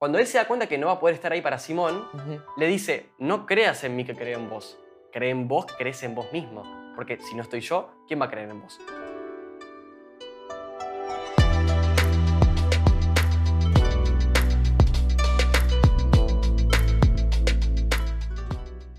Cuando él se da cuenta que no va a poder estar ahí para Simón, Ujú. le dice, no creas en mí que creo en vos. Cree en vos, crees en vos mismo. Porque si no estoy yo, ¿quién va a creer en vos?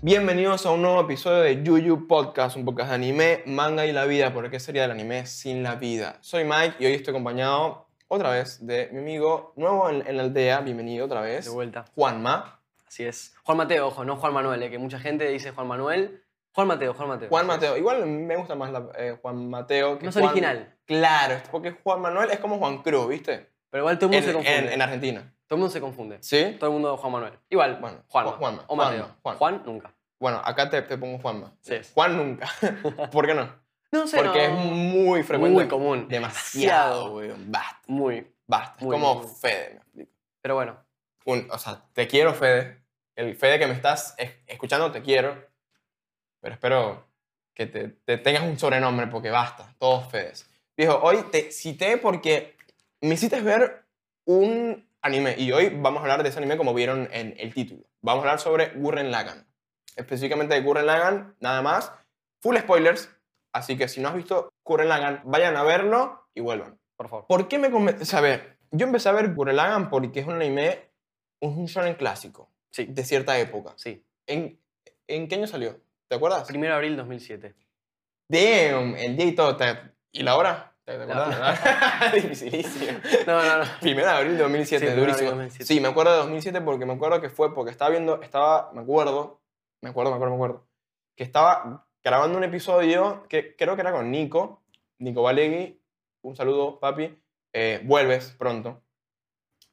Bienvenidos a un nuevo episodio de Yuyu Podcast, un podcast de anime, manga y la vida, porque ¿qué sería el anime sin la vida? Soy Mike y hoy estoy acompañado otra vez de mi amigo nuevo en, en la aldea, bienvenido otra vez, De vuelta. Juanma. Así es. Juan Mateo, ojo, no Juan Manuel, eh, que mucha gente dice Juan Manuel. Juan Mateo, Juan Mateo. Juan Mateo, igual me gusta más la- eh, Juan Mateo que No es Juan- original. Claro, es porque Juan Manuel es como Juan Cruz, ¿viste? Pero igual todo el En, mundo se confunde. en- en Argentina. Todo el mundo se confunde. ¿Sí? Todo el mundo Juan Manuel. Igual, Bueno, Juan. Ju- Juanma, O Juanma, Mateo. Juan. Juan. nunca. Bueno, acá te, te pongo Juanma. Sí es. Juan nunca. ¿Por qué no? No sé, Porque no. es muy frecuente. Muy común. Demasiado, Demasiado. weón. Basta. Muy. Basta. Es Muy, como muy, muy. Fede, me explico. Pero bueno, Un- o sea, te quiero, Fede. El Fede que me estás es- escuchando, te quiero. Pero espero que te, te tengas un sobrenombre porque basta. Todos Fedes. Viejo, hoy te cité porque me hiciste ver un anime. Y hoy vamos a hablar de ese anime como vieron en el título. Vamos a hablar sobre Gurren Lagann. Específicamente de Gurren Lagann, nada más. Full spoilers. Así que si no has visto Gurren Lagann, vayan a verlo y vuelvan. por favor. ¿Por qué me convenció? O sea, a ver, yo empecé a ver Gurren Lagann porque es un anime, un shonen clásico Sí, de cierta época. sí. ¿En, en qué año salió? ¿Te acuerdas? Primero de abril 2007. Damn, el día y todo. ¿te- ¿Y la hora? ¿Te, te acuerdas? Dificilísimo. No, no, no. Primero de abril de 2007, Sí, primero de durísimo. abril de 2007. Sí, me acuerdo de 2007 porque me acuerdo que fue porque estaba viendo, estaba, me acuerdo, me acuerdo, me acuerdo, me acuerdo, que estaba grabando un episodio que creo que era con Nico, Nico Valegui, un saludo, papi, eh, vuelves pronto.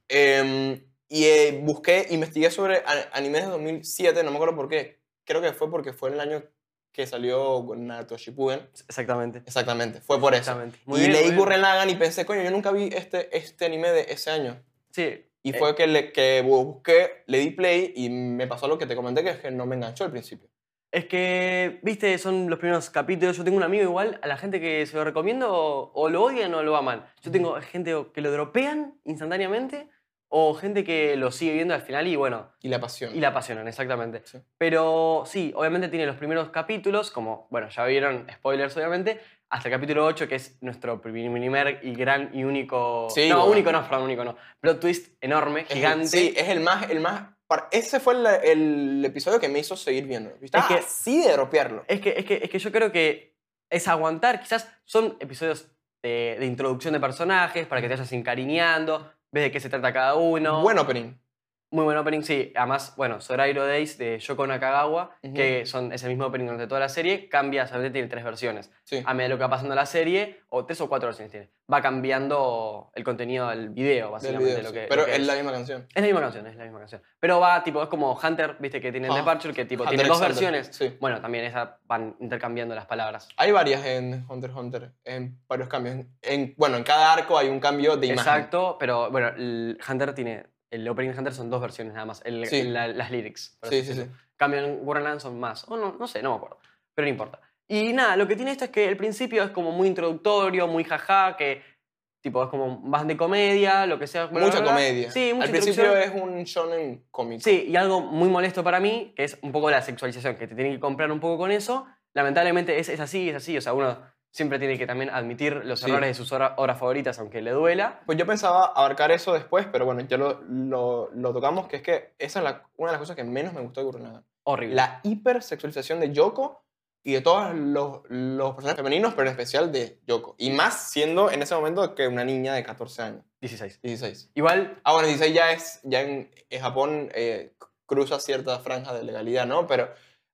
Em, y eh, busqué, investigué sobre a- animes de 2007, no me acuerdo por qué, creo que fue porque fue en el año que salió Naruto Shippuden, Exactamente. exactamente, fue por eso. Exactamente. y bien, leí bien. Gurren Lagann y pensé, coño, yo nunca vi este, este anime de ese año. Sí. Y Eh, fue que, le, que busqué, le di play y me pasó lo que te comenté, que es que no me enganchó al principio. Es que, viste, son los primeros capítulos. Yo tengo un amigo igual, a la gente que se lo recomiendo o, o lo odian o lo aman. Yo tengo gente o que lo dropean instantáneamente o gente que lo sigue viendo al final y bueno, Y la pasión. y la apasionan, exactamente. Sí. Pero sí, obviamente tiene los primeros capítulos, como, bueno, ya vieron, spoilers obviamente, hasta el capítulo 8, que es nuestro primer y gran y único... Sí, no, bueno. único no, perdón, único no. Plot twist enorme, Es el- gigante. Sí, es el más, el más... par- Ese fue el, el episodio que me hizo seguir viendo. ¿Viste? Ah, Es que- sí de dropearlo. Es que, es, que, es que yo creo que es aguantar. Quizás son episodios de, de introducción de personajes para que te vayas encariñando, ves de qué se trata cada uno. Buen opening. Muy buen opening, sí. Además, bueno, Sorairo Days de Yoko Nakagawa, Ujú. que son ese mismo opening durante toda la serie, cambia, solamente tiene tres versiones. Sí. A medida de lo que va pasando la serie, o tres o cuatro versiones tiene. Va cambiando el contenido del video, del básicamente. video, lo sí. que, Pero lo que es es. la misma canción. Es la misma canción, es la misma canción. Pero va, tipo, es como Hunter, viste, que tiene el Ah, Departure, que tipo, Hunter tiene dos Alexander, versiones. sí. Bueno, también esa van intercambiando las palabras. Hay varias en Hunter x Hunter, en varios cambios. En, bueno, en cada arco hay un cambio de imagen. Exacto, pero bueno, el Hunter tiene. El opening de Hunter son dos versiones nada más, el- Sí. la- las lyrics. por Sí, así sí, sí. decirlo. Cambio en Gurren Lagann son más. O no, no sé, no me acuerdo. Pero no importa. Y nada, lo que tiene esto es que el principio es como muy introductorio, muy jaja, que tipo es como más de comedia, lo que sea. bla, bla, Mucha bla. comedia. Sí, mucha Al principio introducción. es un shonen cómico. Sí, y algo muy molesto para mí, que es un poco la sexualización, que te tienen que comprar un poco con eso. Lamentablemente es, es así, es así. O sea, uno siempre tiene que también admitir los Sí. errores de sus obra- obras favoritas, aunque le duela. Pues yo pensaba abarcar eso después, pero bueno, ya lo, lo, lo tocamos, que es que esa es la- una de las cosas que menos me gustó de Gurren Lagann. Horrible. La hipersexualización de Yoko y de todos los, los personajes femeninos, pero en especial de Yoko. Y más siendo en ese momento que una niña de 14 años, 16. 16. Igual, Ah, bueno, 16 ya es, ya en, en Japón eh, cruza cierta franja de legalidad, ¿no? Pero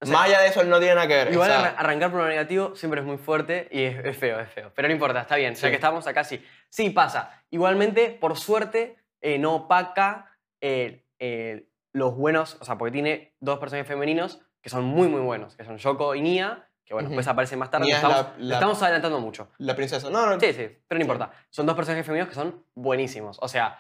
O sea, más allá de eso no tiene nada que ver. igual o sea, arran- arrancar por lo negativo siempre es muy fuerte y es, es feo, es feo. Pero no importa, está bien, Sí. ya que estamos acá, sí. Sí, pasa. Igualmente, por suerte, eh, no opaca eh, eh, los buenos, o sea, porque tiene dos personajes femeninos que son muy, muy buenos, que son Yoko y Nia, que bueno, Ujú. después aparecen más tarde. lo Nia es la- Estamos, lo la- estamos adelantando mucho. la princesa. No, no, Sí, sí, pero no importa. Son dos personajes femeninos que son buenísimos. O sea,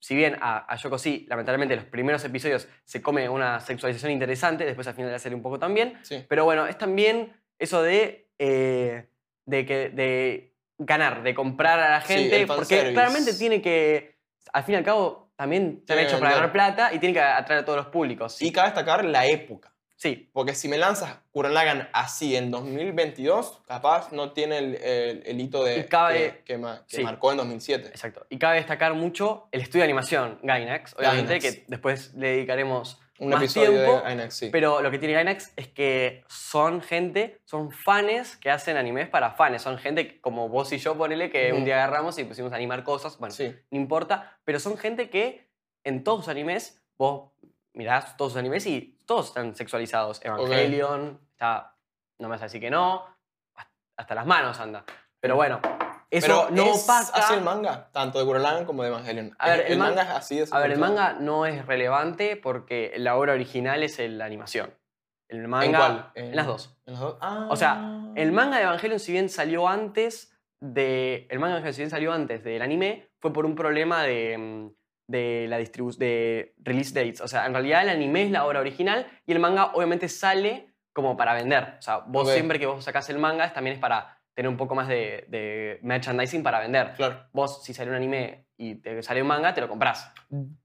si bien a, a Yoko sí, lamentablemente, los primeros episodios se come una sexualización interesante, después al final de la serie un poco también, sí. pero bueno, es también eso de, eh, de, que, de ganar, de comprar a la Sí, gente. el porque fanservice. claramente tiene que, al fin y al cabo, también se han Tiene hecho que para ganar vender. plata y tienen que atraer a todos los públicos. Y cabe destacar la época. Sí, Porque si me lanzas Gurren Lagann así en 2022, capaz no tiene el, el- el hito de, Y cabe- que, que ma- que sí. marcó en 2007. exacto. Y cabe destacar mucho el estudio de animación, Gainax, obviamente, Gainax. que después le dedicaremos Un más episodio tiempo. de INAX, sí. Pero lo que tiene Gainax es que son gente, son fans que hacen animes para fans. Son gente que, como vos y yo, ponele, que Ujú. un día agarramos y pusimos a animar cosas. Bueno, Sí. no importa. Pero son gente que en todos sus animes, vos mirás todos sus animes y todos están sexualizados. Evangelion, está, no me vas a decir que no, hasta- hasta las manos anda. Pero bueno, eso Mm. Pero no es pasa. así el manga, tanto de Gurren Lagann como de Evangelion. A ver, el, el el man- manga es así de A ver, el desenfocado. manga no es relevante porque la obra original es el- la animación. El manga, ¿En cuál? en las dos. ¿En las dos? Ah. O sea, el manga de Evangelion, si bien salió antes de. El manga de Evangelion, si bien salió antes del anime, fue por un problema de. mm, de la distribu de release dates. O sea, en realidad el anime es la obra original y el manga obviamente sale como para vender. O sea, vos Ok. siempre que vos sacás el manga es- también es para tener un poco más de, de merchandising para vender. Claro. Vos, si sale un anime y te sale un manga, te lo comprás. De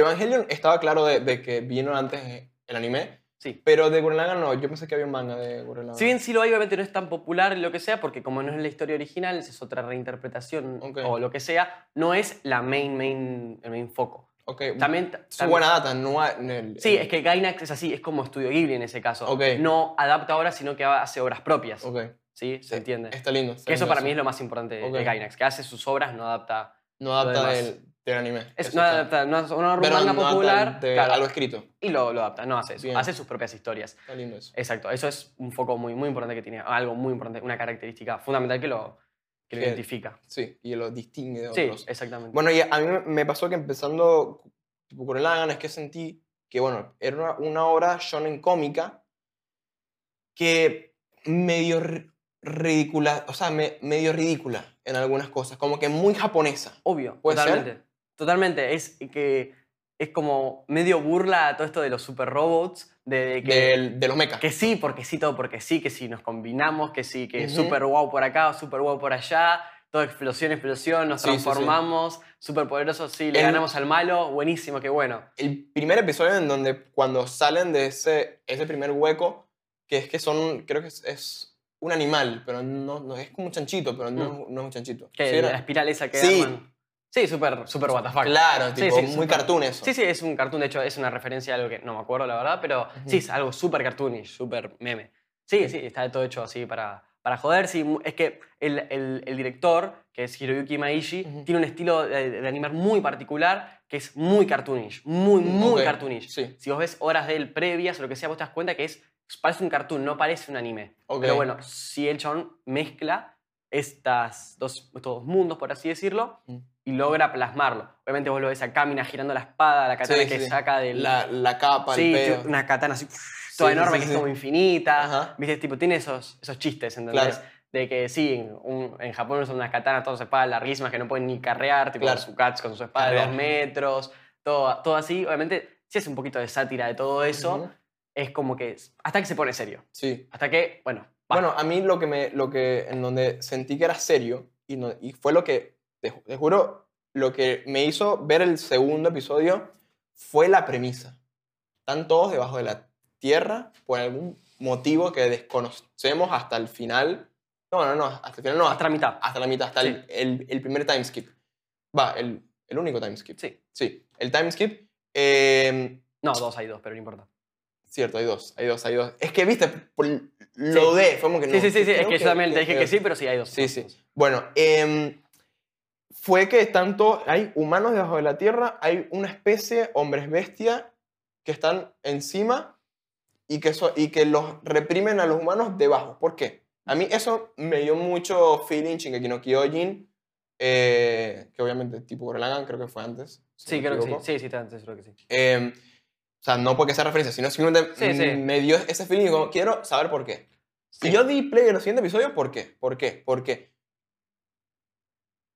Evangelion estaba claro de, de que vino antes el anime, Sí. pero de Gurren Lagann no. Yo pensé que había un manga de Gurren Lagann. Si bien sí lo hay, obviamente no es tan popular lo que sea, porque como no es la historia original, es otra reinterpretación Ok. o lo que sea, no es la main, main, el main foco. Ok. También... ta- Su también- buena data, no ha- en el- Sí, el- es que Gainax es así, es como Estudio Ghibli en ese caso. Ok. No adapta obras, sino que hace obras propias. Ok. ¿Sí? ¿Se Sí, entiende? Está lindo. está que eso lindo para mí es lo más importante de Ok. Gainax, que hace sus obras, no adapta... No adapta demás. del, del anime. es- Eso no está- adapta, no, no agarra un Perdón, manga no adapta popular de claro, algo escrito. y lo, lo adapta, no hace eso, Bien. hace sus propias historias. Está lindo eso. Exacto, eso es un foco muy, muy importante que tiene, algo muy importante, una característica fundamental que lo, que lo Que- identifica. Sí, y lo distingue de Sí, otros. exactamente. Bueno, y a mí me- me pasó que empezando tipo, con el Lagan es que sentí que, bueno, era una, una obra shonen cómica que medio ri- ridícula, o sea, me- medio ridícula en algunas cosas, como que muy japonesa. Obvio, ¿puede ser? totalmente. Totalmente, es que es como medio burla a todo esto de los super robots, de, de que, del- de los mechas. que sí, porque sí, todo porque sí, que sí, nos combinamos, que sí, que Ujú. super wow por acá, super wow por allá, todo explosión, explosión, nos Sí, sí, sí. transformamos, super poderosos, sí, le El- ganamos al malo, buenísimo, qué bueno. El primer episodio en donde cuando salen de ese, ese primer hueco, que es que son, creo que es, es un animal, pero no, no es como un chanchito, pero no, no es un chanchito. Mm. Que Sí, la era- espiral esa que Sí. arman. Sí, super, super what the fuck. Claro, Sí, tipo, sí, muy súper. cartoon eso. Sí, sí, es un cartoon, de hecho es una referencia a algo que no me acuerdo la verdad, pero sí, es algo súper cartoonish, súper meme. Sí, sí, está todo hecho así para, para joder. Sí, mu- es que el, el- el director, que es Hiroyuki Maishi, Ujú. tiene un estilo de, de animar muy particular que es muy cartoonish, muy, muy Mm, Ok, cartoonish. Sí. Si vos ves horas de él previas o lo que sea, vos te das cuenta que es, parece un cartoon, no parece un anime. Ok. Pero bueno, si el chabón mezcla estas dos, estos dos mundos, por así decirlo, Mm. y logra plasmarlo. Obviamente vos lo ves a Kamina girando la espada, la katana Sí, que sí. saca del... La, la capa, sí, el pelo. tipo, una katana así, toda sí, enorme, sí, que sí. es como infinita. Ajá. ¿Viste? Tipo, tiene esos, esos chistes, ¿entendés? Claro. De que sí, en, un- en Japón usan unas katanas, todas espadas larguísimas que no pueden ni carrear, tipo Claro. su cats con su espada de Carrear. dos metros, todo, todo así. Obviamente, si es un poquito de sátira de todo eso, Ujú. es como que... Hasta que se pone serio. Sí. Hasta que, bueno, va. Bueno, a mí lo que me, lo que, en donde sentí que era serio, y, no- y fue lo que, te, ju- te juro, lo que me hizo ver el segundo episodio fue la premisa. Están todos debajo de la tierra por algún motivo que desconocemos hasta el final. No, no, no, hasta el final no, hasta hasta, la mitad. hasta la mitad, hasta el, el, el primer time skip. Va, el, el único time skip. Sí. Sí, el time skip. eh, No, dos hay dos, pero no importa. Cierto, hay dos, hay dos, hay dos. Es que, viste, por lo Sí. de, fue como que no. Sí, sí, sí, sí, es creo que, yo también te dije que sí, pero sí hay dos. Sí, sí. Bueno, em, fue que están todos, hay humanos debajo de la tierra, hay una especie, hombres bestia, que están encima y que, so- y que los reprimen a los humanos debajo. ¿Por qué? A mí eso me dio mucho feeling Shingeki no Kyojin, eh, que obviamente tipo Lagan creo que fue antes. si Sí, no me creo que sí. equivoco. Sí, sí, está- sí, creo que sí. Em, o sea, no porque sea referencia, sino simplemente Sí, sí. mm, me dio ese feeling como, quiero saber por qué. Sí. Y yo di play en el siguiente episodio, ¿por qué? ¿Por qué? ¿Por qué?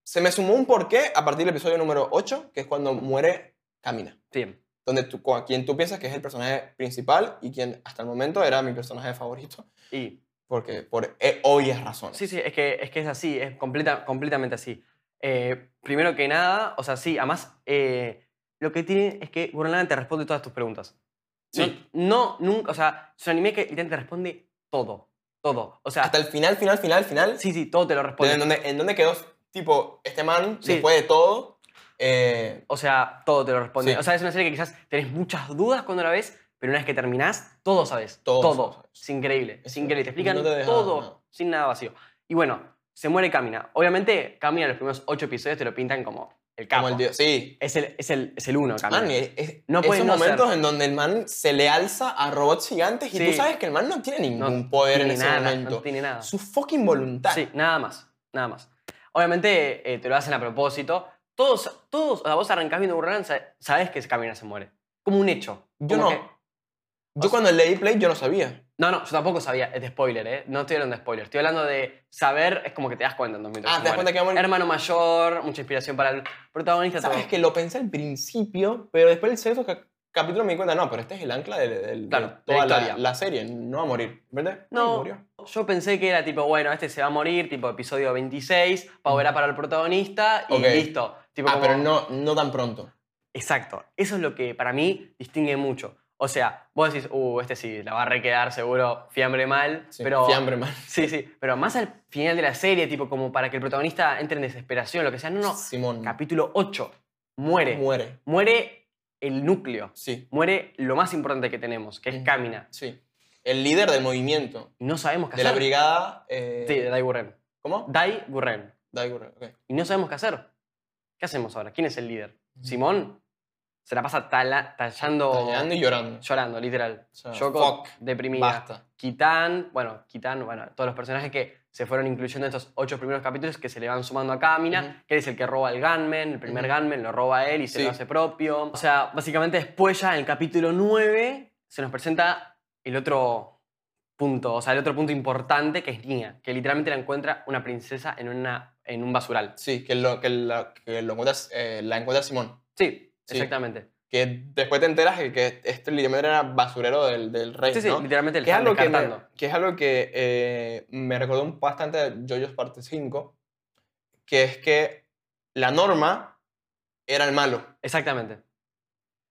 Se me sumó un por qué a partir del episodio número 8, que es cuando muere Camina. Bien. Donde tú, con quien tú piensas que es el personaje principal y quien hasta el momento era mi personaje favorito. Y, Porque por eh, obvias razones. sí, sí, es que es, que es así, es completa, completamente así. Eh, primero que nada, o sea, sí, además, eh, lo que tiene es que Gurren te responde todas tus preguntas. No- Sí. No, nunca, o sea, es un anime que literalmente te responde todo, todo. O sea, Hasta el final, final, final, final. sí, sí, todo te lo de- responde. En donde, en donde quedó, tipo, este man, Sí. después de todo, eh, O sea, todo te lo responde. Sí. O sea, es una serie que quizás tenés muchas dudas cuando la ves, pero una vez que terminás, todo sabes. Todo Todo. sabes. Es increíble. Es Eso, increíble. Te explican no te deja todo nada. sin nada vacío. Y bueno, se muere Camina. Obviamente, Camina los primeros ocho episodios te lo pintan como el capo. como el dios. Sí. Es el, es el, es el uno, Camina. Man, es- es- No puede esos no momentos ser. en donde el man se le alza a robots gigantes y Sí. tú sabes que el man no tiene No ningún poder tiene en ese nada, momento. No tiene nada. Su fucking voluntad. Sí, nada más, nada más. Obviamente eh, te lo hacen a propósito. Todos, todos, o sea, vos arrancás viendo Burrán, sabes que Camina se muere. Como un hecho. Yo Como no. que- Yo cuando leí Play, yo no sabía. No, no, yo tampoco sabía. Es de spoiler, ¿eh? No estoy hablando de spoiler. Estoy hablando de saber, es como que te das cuenta en 2003. Ah, te das cuenta que va a morir. Hermano mayor, mucha inspiración para el protagonista. Sabes todo. que lo pensé al principio, pero después del sexto ca- capítulo me di cuenta, no, pero este es el ancla del- del- de, Claro, de la toda la, historia. la serie, no va a morir, ¿verdad? No. murió. Yo pensé que era tipo, bueno, este se va a morir, tipo episodio 26, power up para el protagonista y Mm. Ok. listo. Tipo, Ah, como- pero no, no tan pronto. Exacto. Eso es lo que para mí distingue mucho. O sea, vos decís, uh, este sí, la va a requedar seguro, fiambre mal, Sí, pero... Fiambre, man. Sí, sí, pero más al final de la serie, tipo como para que el protagonista entre en desesperación, lo que sea, no, no, Simón. capítulo 8, muere. Muere. Muere el núcleo, Sí, muere lo más importante que tenemos, que es Mm. Camina. sí. El líder del movimiento. Y no sabemos qué De la hacer. brigada. eh, sí, de Dai Gurren. ¿Cómo? Dai Gurren. Dai Gurren, ok. Y no sabemos qué hacer. ¿Qué hacemos ahora? ¿Quién es el líder? Mm. ¿Simón? Se la pasa tala- tallando, Tallando y llorando. llorando, literal. O sea, Yoko, fuck, deprimida. Basta. Kitán, bueno, Kitán, bueno, todos los personajes que se fueron incluyendo en estos ocho primeros capítulos que se le van sumando a Kamina, Ujú. que él es el que roba el Gunman, el primer Ujú. Gunman lo roba él y se Sí. lo hace propio. O sea, básicamente después ya en el capítulo 9 se nos presenta el otro punto, o sea, el otro punto importante que es Nia, que literalmente la encuentra una princesa en, una, en un basural. Sí, que, lo, que, la, que lo encuentras, eh, la encuentra Simón. Sí, Sí. exactamente. Que después te enteras de que este literalmente era basurero del, del rey, Sí, sí, ¿no? literalmente le Que es, están algo que me, descartando. que es algo que eh, me recordó un- bastante a JoJo's parte 5, que es que la norma era el malo. Exactamente.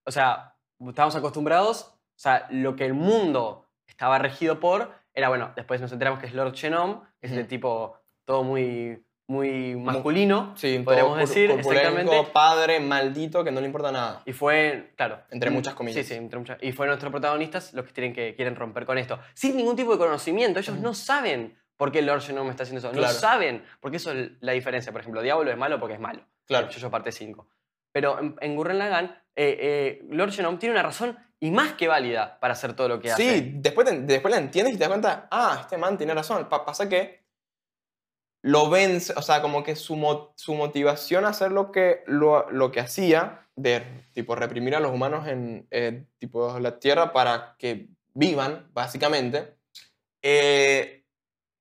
O sea, estábamos acostumbrados, o sea, lo que el mundo estaba regido por era, bueno, después nos enteramos que es Lord Genome, que es Ujú. este tipo todo muy, muy masculino, Sí, todo podríamos cor- decir, corpulento, exactamente. padre, maldito, que no le importa nada. Y fue, claro. Entre mm, muchas comillas. Sí, sí, entre muchas. Y fueron nuestros protagonistas los que, tienen que quieren romper con esto. Sin ningún tipo de conocimiento. Ellos Ujú. no saben por qué Lord Genome está haciendo eso. No Claro. saben. Porque eso es la diferencia. Por ejemplo, Diablo es malo porque es malo. Claro. Yo, yo parte 5. Pero en, en Gurren Lagann, eh, eh, Lord Genome tiene una razón y más que válida para hacer todo lo que hace. Sí, después, te- después la entiendes y te das cuenta, ah, este man tiene razón. Pa- pasa que lo vence, o sea, como que su, mo- su motivación a hacer lo que, lo, lo que hacía, de tipo reprimir a los humanos en eh, tipo, la tierra para que vivan, básicamente, eh,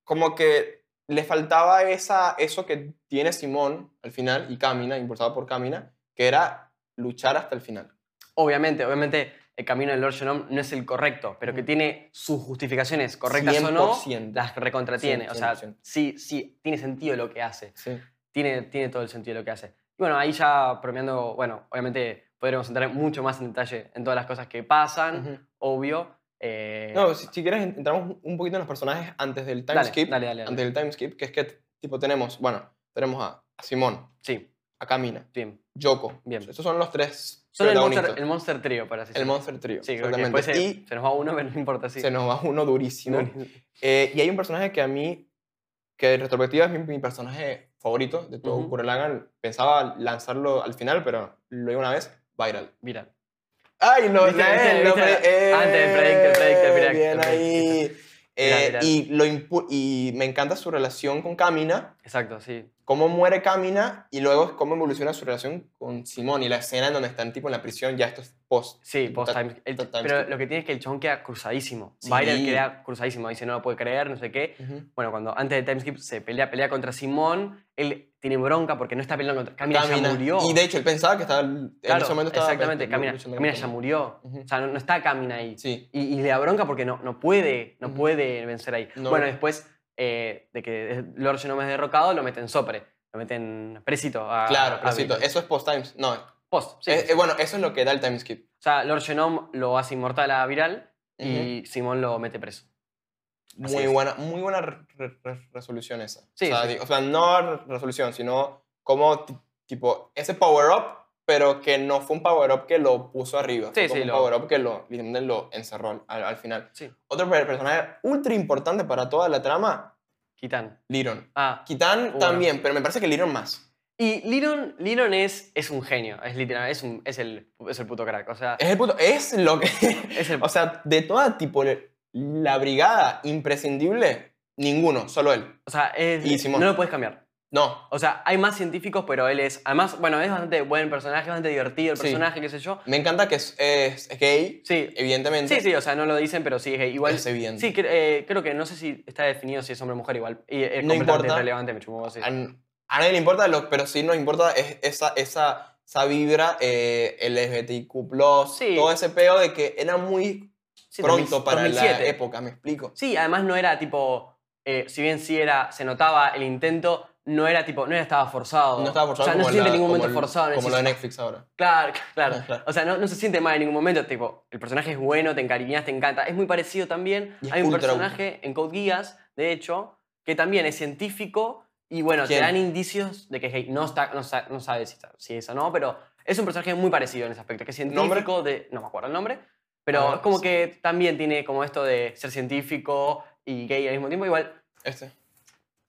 como que le faltaba esa, eso que tiene Simón al final y Camina, impulsado por Camina, que era luchar hasta el final. Obviamente, obviamente el camino de Lord Genome no es el correcto, pero Mm. que tiene sus justificaciones correctas o no, 100%. las recontratiene. O sea, 100%. sí, sí, tiene sentido lo que hace. Sí. Tiene, tiene todo el sentido lo que hace. Y bueno, ahí ya premiando, bueno, obviamente podremos entrar mucho más en detalle en todas las cosas que pasan, Ujú. obvio. eh, No, si, si quieres en- entramos un- un poquito en los personajes antes del time dale, skip, Dale, dale, dale. antes del time skip, que es que t- tipo tenemos, bueno, tenemos a, a Simón, Sí, a Camina, bien. Yoko. Bien. Estos son los tres Son el protagonistas. Monster, el Monster Trio, para así el decirlo. Monster Trio, Sí, creo que exactamente. después se, y se nos va uno, pero no importa, sí. se nos va uno durísimo. Eh, y hay un personaje que a mí, que en retrospectiva es mi, mi personaje favorito de todo Ujú. Gurren Lagann. Pensaba lanzarlo al final, pero lo digo una vez, viral. Mira, Ay, lo Viste, viste, sé, lo viste, pre- antes de predicte, predicte, predicte, eh, Bien predicte. ahí. Mirá, Eh, mirá. y, lo impu- y me encanta su relación con Camina, exacto, sí. cómo muere Camina y luego cómo evoluciona su relación con Simón y la escena en donde están tipo en la prisión, ya esto es post. Sí, tipo, post ta- time. el- ta- time pero skip. lo que tiene es que el chabón queda cruzadísimo. Sí. Viral queda cruzadísimo. Dice, no lo puede creer, no sé qué. Ujú. Bueno, cuando antes de Timeskip se pelea, pelea contra Simón. Él tiene bronca porque no está peleando contra. Camina, Camina. ya murió. Y de hecho él pensaba que estaba en Claro, ese momento estaba exactamente. lu- Camina, luchando Camina contra ya él. murió. Ujú. O sea, no, no está Camina ahí. Sí. Y, y le da bronca porque no, no puede, no Ujú. puede vencer ahí. No. Bueno, después eh, de que Lord Genome es derrocado, lo meten sopre, lo meten presito. A, Claro, a pero sí, Bilbo. eso es post times. No, Post, Ah, sí. Eh, sí. eh, bueno, eso es lo que da el time skip. O sea, Lord Genome lo hace inmortal a Viral y Simón lo mete preso. así Muy es. buena, muy buena re- re- re- resolución esa. Sí, o, sea, sí. di- o sea, no re- resolución, sino como ti- tipo ese power up, pero que no fue un power up que lo puso arriba. Sí, fue como sí, un lo- power up que lo, literalmente lo encerró al, al final. Sí. Otro per- personaje ultra importante para toda la trama, Quitan. Liron. Ah. Kitán Bueno. también, pero me parece que Liron más. Y Liron, Liron es, es un genio. Es literal. Es, un, es, el, es el puto crack. O sea, Es el puto, es lo que... es el. Eh, o sea, de toda tipo, la brigada imprescindible, ninguno, solo él. O sea, es- y Simón. no lo puedes cambiar. No, O sea, hay más científicos, pero él es. Además, bueno, es bastante buen personaje, bastante divertido el Sí. personaje, qué sé yo. Me encanta que es, es- es gay, Sí. evidentemente. Sí, sí, o sea, no lo dicen, pero sí, es gay. igual. Es evidente. Sí, cre- eh, creo que no sé si está definido si es hombre o mujer igual. Y es No completamente importa. Ah, irrelevante, me chumó, sí. A, a nadie le importa, lo, pero sí nos importa es- esa, esa, esa vibra eh, LGBTQ+, Sí. todo ese peo de que era muy Sí, pronto 2000- para 2007. la época, me explico. Sí, además no era tipo. eh, si bien sí era, se notaba el intento, no era tipo, no era, estaba forzado. No estaba forzado O sea, no como se siente en la- ningún como momento el- forzado. no Como decís, lo de Netflix ahora. Claro, claro. Claro. O sea, no, no se siente mal en ningún momento. Tipo, el personaje es bueno, te encariñas, te encanta. Es muy parecido también. Y es Hay un ultra personaje en Code Geass, de hecho, que también es científico y bueno, ¿Quién? te dan indicios de que hey, no, está, no, sa- no sabes si, está- si es o no, pero es un personaje muy parecido en ese aspecto. Que es ¿Nombre? científico de. No me acuerdo el nombre. Pero Ah, es como sí. que también tiene como esto de ser científico y gay al mismo tiempo. Igual. Este.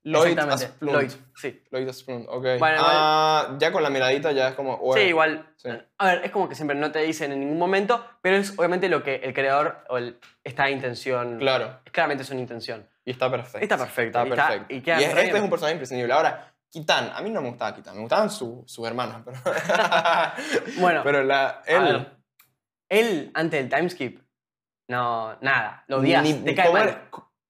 Lloyd exactamente, Asplund. Lloyd, sí. Lloyd Asplund, ok. igual- ah, ya con la miradita ya es como... Sí, bueno, igual. sí. A ver, es como que siempre no te dicen en ningún momento, pero es obviamente lo que el creador o el- esta intención. Claro, Claramente es una intención. y está perfecto. Está perfecto. Está y está- perfecto. y queda Y es- re este es bien. un personaje imprescindible. Ahora, Kitán, a mí no me gustaba Kitán, me gustaban su- sus hermanas, pero. Bueno, pero la. a Él. ver, él, antes del timeskip, no, nada. Lo odias. ni- te cae ¿cómo, mal. es-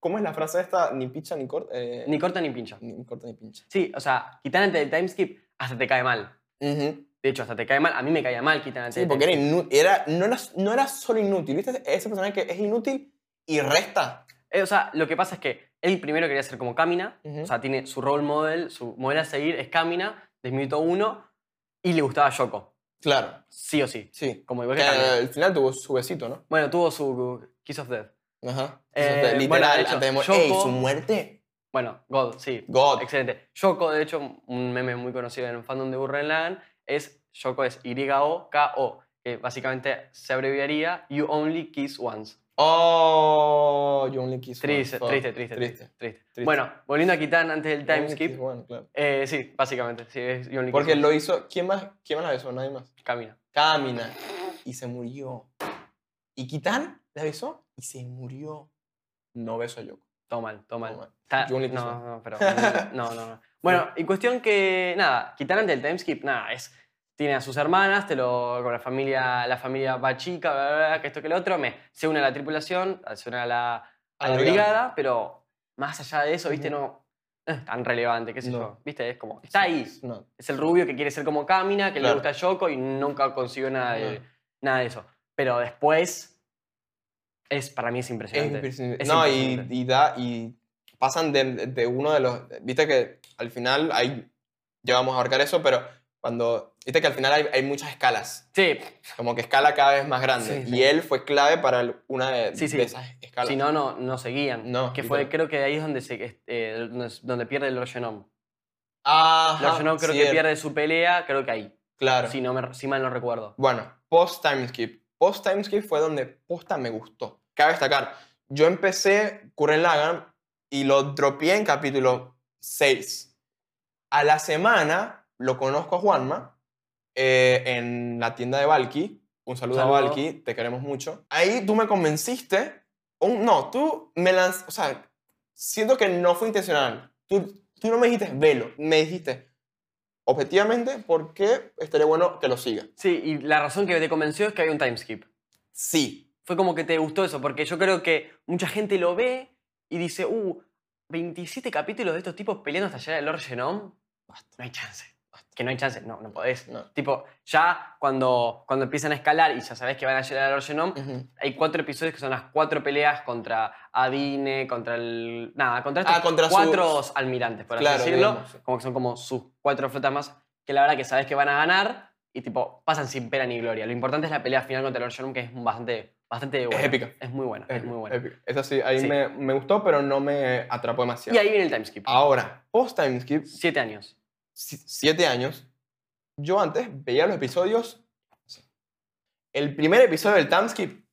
¿Cómo es la frase esta? Ni picha ni corta. eh, Ni corta ni pincha. ni corta ni pincha. Sí, o sea, Kitan antes del timeskip hasta te cae mal. Ujú. De hecho, hasta te cae mal. A mí me caía mal Kitan antes Sí, del porque era, timeskip. inu- era, no, era, no era solo inútil. ¿Viste? Ese personaje que es inútil y resta. Eh, O sea, lo que pasa es que él primero quería ser como Kamina. Ujú. O sea, tiene su role model, su modelo a seguir es Kamina, desde minuto uno. Y le gustaba Yoko. Claro, Sí o sí. sí. Como igual Que que Kamina. al final tuvo su besito, ¿no? Bueno, tuvo su Kiss of Death. Ajá. Eh, Eso, bueno, literal, de hecho, antes de morir. Yoko- ¡Ey, su muerte! Bueno, God, sí. God. Excelente. Yoko, de hecho, un meme muy conocido en el fandom de Burren Lagan es Yoko es Y-O-K-O, que básicamente se abreviaría You Only Kiss Once. Oh, yo only kiss one. Triste, Fuck. triste, triste, Triste. triste, triste. triste. Bueno, volviendo a Kitán antes del Only time kiss skip. one, claro. eh, sí, básicamente, sí, es You Only Porque Kiss lo hizo. ¿Quién más, ¿Quién más la besó? Nadie más. Once. Camina. Camina. Y se murió. Y Kitán la besó y se murió. No besó a Yoko. Todo mal, todo mal. Todo mal. Está- You Only Kiss no, Once. no, pero. No, no, no. Bueno, y cuestión que, nada, Kitán antes del timeskip, nada, es. Tiene a sus hermanas, te lo, con la familia, la familia va chica, bla, bla, bla, que esto que lo otro, me, se une a la tripulación, se une a la, a la brigada, pero más allá de eso, viste, Ujú. no. no es tan relevante, qué sé No. yo. Viste, es como. Está ahí. No. Es el rubio que quiere ser como Kamina, que Claro. le gusta Yoko y nunca consiguió nada de, No. nada de eso. Pero después. Es, para mí es Es impresionante. impresionante. Es No, y, impresionante. y da. Y pasan de, de uno de los. Viste que al final hay. Ya vamos a abarcar eso, pero cuando. Viste que al final hay, hay muchas escalas. Sí, Como que escala cada vez más grande. Sí, y sí. él fue clave para el- una de, Sí, sí. de esas escalas. Si no, no, no seguían. No, que fue, literal. creo que ahí es donde, se, este, eh, donde, donde pierde el Lord Genome. Ajá, Lord Genome creo que Ah, cierto, pierde su pelea, creo que ahí. Claro. Si, no me- si mal no recuerdo. Bueno, post time skip. Post time skip fue donde posta me gurtó. Cabe destacar, yo empecé Curren Lagan y lo dropeé en capítulo 6. A la semana lo conozco a Juanma eh, en la tienda de Valky. Un saludo, Saludo. a Valky, te queremos mucho. Ahí tú me convenciste. un- no, tú me lanz, O sea, siento que no fue intencional. Tú, tú no me dijiste velo, me dijiste objetivamente por qué estaría bueno que lo siga. Sí, y la razón que te convenció es que hay un time skip. Sí. Fue como que te gustó eso, porque yo creo que mucha gente lo ve y dice, uh, 27 capítulos de estos tipos peleando hasta llegar al Lord Genome. Basta. No hay chance. Que no hay chance. No, no podés. No. Tipo, ya cuando, cuando empiezan a escalar y ya sabés que van a llegar al Lord Genome, Ujú. hay cuatro episodios que son las cuatro peleas contra Adine, contra el. Nada, contra Ah, estos contra sus- cuatro almirantes, por así Claro, decirlo. digamos, sí. Como que son como sus cuatro flotas más. Que la verdad que sabes que van a ganar, y tipo pasan sin pena ni gloria. Lo importante es la pelea final contra Lord Sherm, que es bastante, bastante buena. épica. Es muy buena, es muy buena. Épica. Esa sí, ahí Sí. Me, me gustó, pero no me atrapó demasiado. Y ahí viene el timeskip. Ah. Ahora, post time skip, Siete años. si- siete años, yo antes veía los episodios. El primer episodio del Timeskip,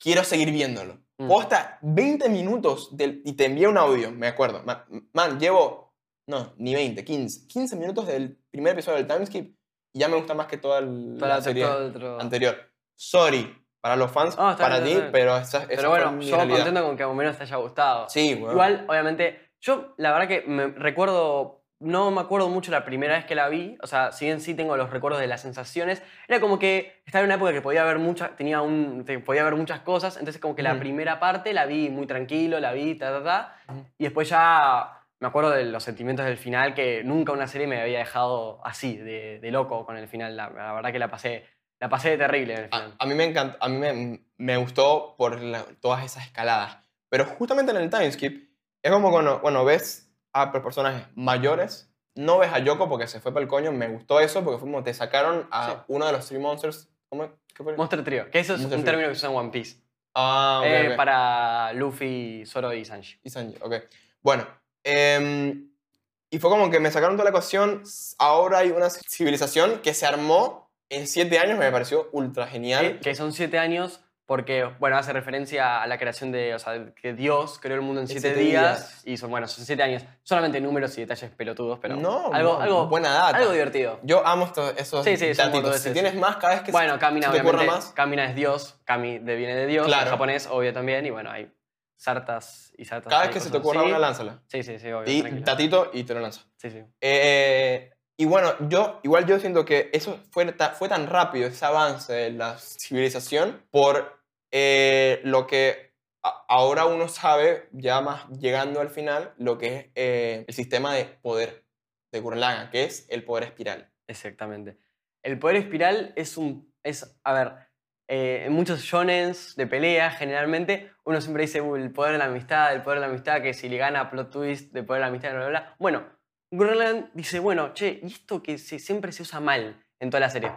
quiero seguir viéndolo. Mm. Posta 20 minutos del, y te envié un audio, me acuerdo. Ma- Man, llevo, no, ni 20, 15. 15 minutos del primer episodio del Timeskip y ya me gusta más que toda la Para serie todo otro- anterior. Sorry para los fans, Ah, está para bien, ti, está bien. pero esa, esa Pero fue bueno, mi yo realidad. contento con que al menos te haya gustado. Sí, bueno. Igual, obviamente, yo la verdad que me recuerdo, no me acuerdo mucho la primera vez que la vi, o sea, si bien sí tengo los recuerdos de las sensaciones, era como que estaba en una época que podía ver muchas, tenía un, te- podía ver muchas cosas, entonces como que la Ujú. primera parte la vi muy tranquilo, la vi, ta, ta, ta, Ujú. y después ya me acuerdo de los sentimientos del final, que nunca una serie me había dejado así, de, de loco con el final, la, la verdad que la pasé, la pasé terrible en el final. A, a mí me encantó, a mí me, me gustó por la- todas esas escaladas. Pero justamente en el timeskip es como cuando, bueno, ves a per- personajes mayores, no ves a Yoko porque se fue para el coño, me gustó eso porque fue como te sacaron a Sí. uno de los Three Monsters. ¿Cómo es? ¿Qué fue? Monster Trio, que eso es Monster un Trio. término que se usa en One Piece, ah, ok, eh, ok. para Luffy, Zoro y Sanji. Y Sanji, ok. Bueno, em, y fue como que me sacaron toda la ecuación, s- ahora hay una civilización que se armó en siete años, me pareció ultra que, genial. que son siete años porque, bueno, hace referencia a la creación de, o sea, que Dios creó el mundo en siete, siete días, días. y son, bueno, son siete años, solamente números y detalles pelotudos, pero no, algo, no, algo, buena data. algo divertido. Yo amo esto- esos Sí, sí, son datitos. Si boludeces. tienes más, cada vez que se- Bueno, Kamina, se te ocurra obviamente, más. Kamina es Dios, Kami de- viene de Dios, en Claro. japonés, obvio también, y bueno, hay sartas y sartas. Cada hay vez que se te cosas ocurra así. una, lánzala. Sí, sí, sí, obvio, Y tranquilo. datito y te lo lanzo. Sí, sí. Eh, y bueno, yo, igual yo siento que eso fue, ta- fue tan rápido, ese avance de la civilización, por eh, lo que a- ahora uno sabe, ya más llegando al final, lo que es eh, el sistema de poder de Gurlaga, que es el poder espiral. Exactamente. El poder espiral es un. Es, a ver, eh, en muchos shonens de pelea, generalmente, uno siempre dice "Uy, el poder de la amistad, el poder de la amistad, que si le gana plot twist, de poder de la amistad, bla, bla, bla. Bueno, Grönland dice, bueno, che, y esto que se- siempre se usa mal en toda la serie,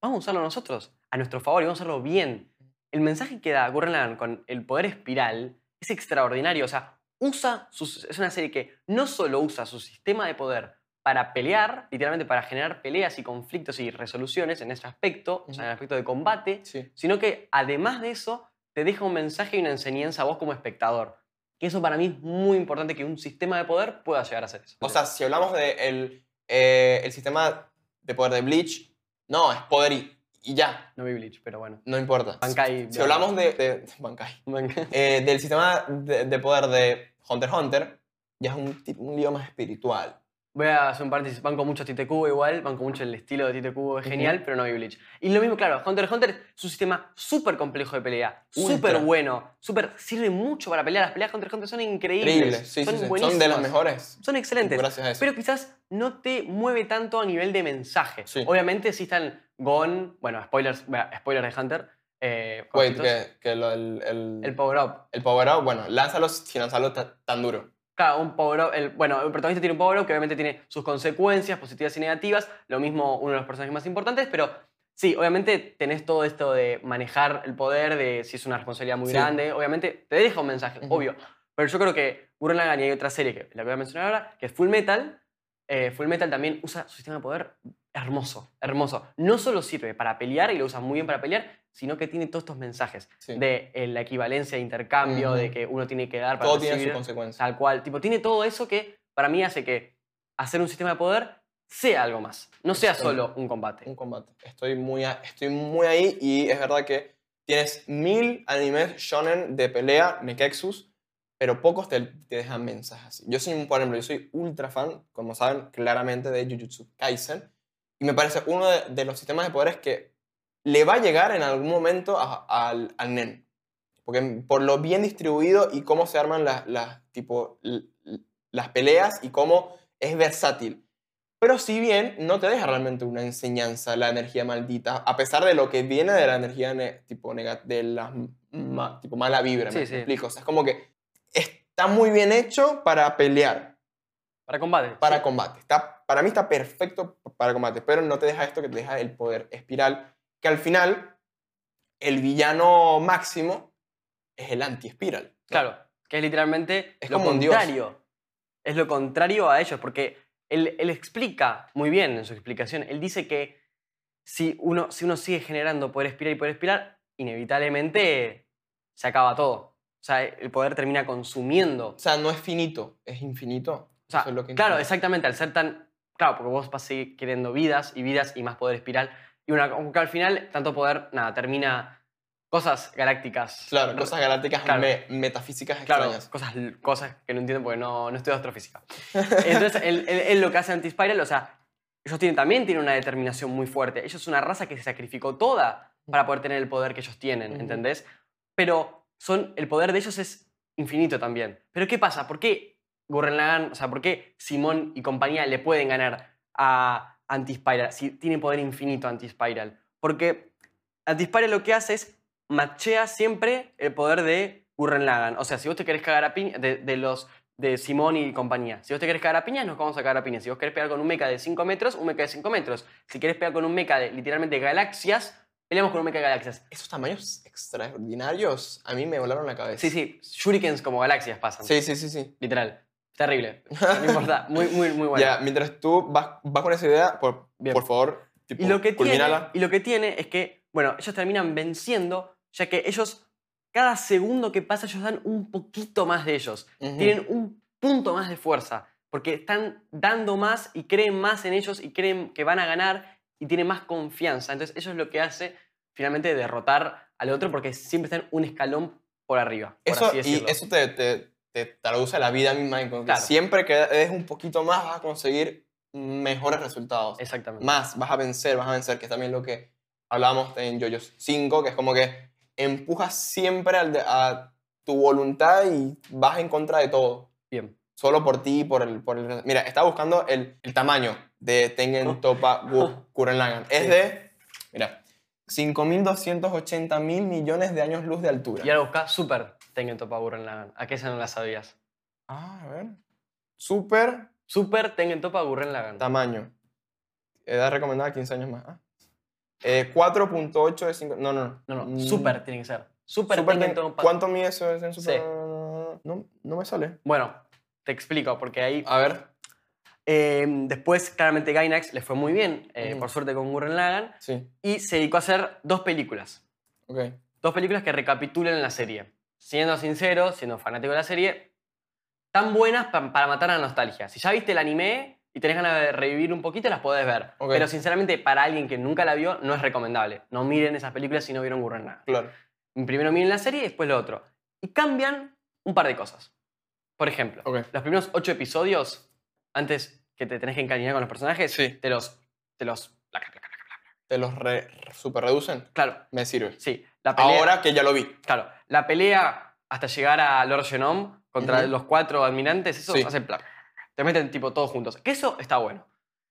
vamos a usarlo nosotros, a nuestro favor, y vamos a hacerlo bien. El mensaje que da Gurren con el poder espiral es extraordinario. O sea, usa sus- es una serie que no solo usa su sistema de poder para pelear, literalmente para generar peleas y conflictos y resoluciones en ese aspecto, o sea, en el aspecto de combate, Sí. sino que además de eso, te deja un mensaje y una enseñanza a vos como espectador. Que eso para mí es muy importante que un sistema de poder pueda llegar a hacer eso. O sea, si hablamos del de el, eh, el sistema de poder de Bleach, no, es poder y, y ya, no vi Bleach, pero bueno. no importa. Bankai. Si hablamos de, de- de Bankai, Bankai. eh, del sistema de, de poder de Hunter x Hunter, ya es un, ti- un lío más espiritual. Voy a hacer un paréntesis, banco mucho a Tite Cubo igual, banco mucho el estilo de Tite Cubo, es genial, pero no vi Bleach. Y lo mismo, claro, Hunter x Hunter es un sistema súper complejo de pelea, Ultra. súper bueno, súper, sirve mucho para pelear, las peleas de Hunter x Hunter son increíbles, Increíble. Sí, sí, sí. son son, buenísimas, de las mejores. son excelentes, Gracias a eso. pero quizás no te mueve tanto a nivel de mensaje. Sí. Obviamente si están Gon, bueno, spoilers, bueno, spoilers de Hunter, eh, Wait, cortitos, que, que lo- el, el, el power up. el power up, bueno, lánzalo sin lanzarlo ta- tan duro. Claro, un power up- el- bueno, el protagonista tiene un power up que obviamente tiene sus consecuencias positivas y negativas, lo mismo uno de los personajes más importantes, pero sí, obviamente tenés todo esto de manejar el poder, de si es una responsabilidad muy Sí. grande, obviamente te deja un mensaje, Ujú. obvio, pero yo creo que Gurren Lagann y hay otra serie que la voy a mencionar ahora, que es Full Metal, eh, Full Metal también usa su sistema de poder hermoso, hermoso, no solo sirve para pelear y lo usa muy bien para pelear, sino que tiene todos estos mensajes Sí. de eh, la equivalencia de intercambio, de Ujú. que uno tiene que dar para Todo tiene su recibir. consecuencia. Tal cual. Tipo, tiene todo eso que para mí hace que hacer un sistema de poder sea algo más. No sea Exacto. solo un combate. Un combate. Estoy muy, a- estoy muy ahí y es verdad que tienes mil animes shonen de pelea, Nekexus, pero pocos te, te dejan mensajes. Yo soy, por ejemplo, yo soy ultra fan, como saben claramente, de Jujutsu Kaisen y me parece uno de, de los sistemas de poderes que le va a llegar en algún momento a- al, al nen. Porque por lo bien distribuido y cómo se arman las, las, tipo, l- l- las peleas y cómo es versátil. Pero si bien no te deja realmente una enseñanza la energía maldita, a pesar de lo que viene de la energía ne- tipo, nega- de la ma- tipo mala vibra, Sí, me sí. explico. O sea, es como que está muy bien hecho para pelear, Para combate. para Sí. combate, está para mí está perfecto para combate, pero no te deja esto que te deja el poder espiral, que al final el villano máximo es el anti-espiral. ¿no? Claro, que es literalmente Es lo como un dios. contrario. Es lo contrario a ellos, porque él, él explica muy bien en su explicación. Él dice que si uno, si uno sigue generando poder espiral y poder espiral, inevitablemente se acaba todo. O sea, el poder termina consumiendo. O sea, no es finito, es infinito. O sea, Eso es lo que claro, entiendo. exactamente, al ser tan... Claro, porque vos vas a seguir queriendo vidas y vidas y más poder espiral. Y una, aunque al final, tanto poder, nada, termina cosas galácticas. Claro, cosas galácticas Claro. me- metafísicas Claro, extrañas. cosas, cosas que no entiendo porque no, no estudio astrofísica. Entonces, él, él- él lo que hace Antispiral, o sea, ellos tienen, también tienen una determinación muy fuerte. Ellos son una raza que se sacrificó toda para poder tener el poder que ellos tienen, Ujú. ¿entendés? Pero son, el poder de ellos es infinito también. Pero ¿qué pasa? ¿Por qué Gurren Lagann, o sea, por qué Simón y compañía le pueden ganar a Antispiral si tienen poder infinito Antispiral? Porque Antispiral lo que hace es machea siempre el poder de Gurren Lagann. O sea, si vos te querés cagar a piña, de, de los de Simón y compañía. Si vos te querés cagar a piñas, nos vamos a cagar a piñas. Si vos querés pegar con un mecha de 5 metros, un mecha de 5 metros. Si querés pegar con un mecha de literalmente galaxias, peleamos con un mecha de galaxias. Esos tamaños extraordinarios a mí me volaron la cabeza. Sí, sí, shurikens como galaxias pasan. Sí, sí, sí, sí. Literal. Terrible. No importa. Muy, muy, muy bueno. Ya, mientras tú vas, vas con esa idea, por, Bien. por favor, tipo, Y lo, que tiene, culmínala. y lo que tiene es que, bueno, ellos terminan venciendo, ya que ellos, cada segundo que pasa, ellos dan un poquito más de ellos. Ujú. Tienen un punto más de fuerza, porque están dando más y creen más en ellos y creen que van a ganar y tienen más confianza. Entonces eso es lo que hace finalmente derrotar al otro, porque siempre están un escalón por arriba. Por Eso, así y decirlo. eso te, te, te traduce a la vida misma. en como que Claro. Siempre que des un poquito más, vas a conseguir mejores resultados. Exactamente. Más, vas a vencer, vas a vencer, que es también lo que hablábamos en Yoyos 5, que es como que empujas siempre al de- a tu voluntad y vas en contra de todo. Bien. Solo por ti y por el, por el- Mira, estaba buscando el, el tamaño de Tengen Topa Wu- Gurren Lagann. Es Oh. Sí. de. Mira. 5.280 mil millones de años luz de altura. Y ahora busca Super Tengen Toppa Gurren Lagann. ¿A qué esa no la sabías? Ah, a ver. Super Super Tengen Toppa Gurren Lagann. tamaño. Edad recomendada 15 años más. Ah. Eh, 4.8 de 5. No, no, no. No, no, Mm, super tiene que ser. Super, super Tengen ten- Toppa. ¿Cuánto mide eso en super? Sí. No, no me sale. Bueno, te explico, porque ahí. A ver. eh, después, claramente, Gainax les fue muy bien, eh, Ujú. por suerte con Gurren Lagann, Sí. y se dedicó a hacer dos películas. Ok. Dos películas que recapitulan la serie. Siendo sincero, siendo fanático de la serie, tan buenas pa- para matar la nostalgia. Si ya viste el anime y tenés ganas de revivir un poquito, las podés ver. Ok. Pero sinceramente, para alguien que nunca la vio, no es recomendable. No miren esas películas si no vieron Gurren Lagann. Claro. Primero miren la serie y después lo otro. Y cambian un par de cosas. Por ejemplo, Ok. los primeros ocho episodios, antes que te tenés que encariñar con los personajes, Sí. te los. Te los placa, placa, placa. Te los re- super reducen. Claro, Me sirve. sí. La pelea, Ahora que ya lo vi. Claro, la pelea hasta llegar a Lord Genome contra Ujú. los cuatro almirantes, eso Sí. hace placa. Te meten tipo todos juntos. Que eso está bueno.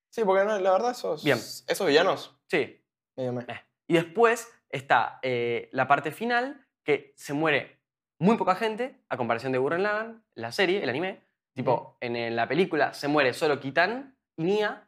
Sí, porque no, la verdad, esos, Bien. esos villanos. Sí, medio me- Y después está eh, la parte final, que se muere muy poca gente, a comparación de Gurren Lagann, la serie, el anime. Tipo, en, eh, la película se muere solo Kitan y Nia.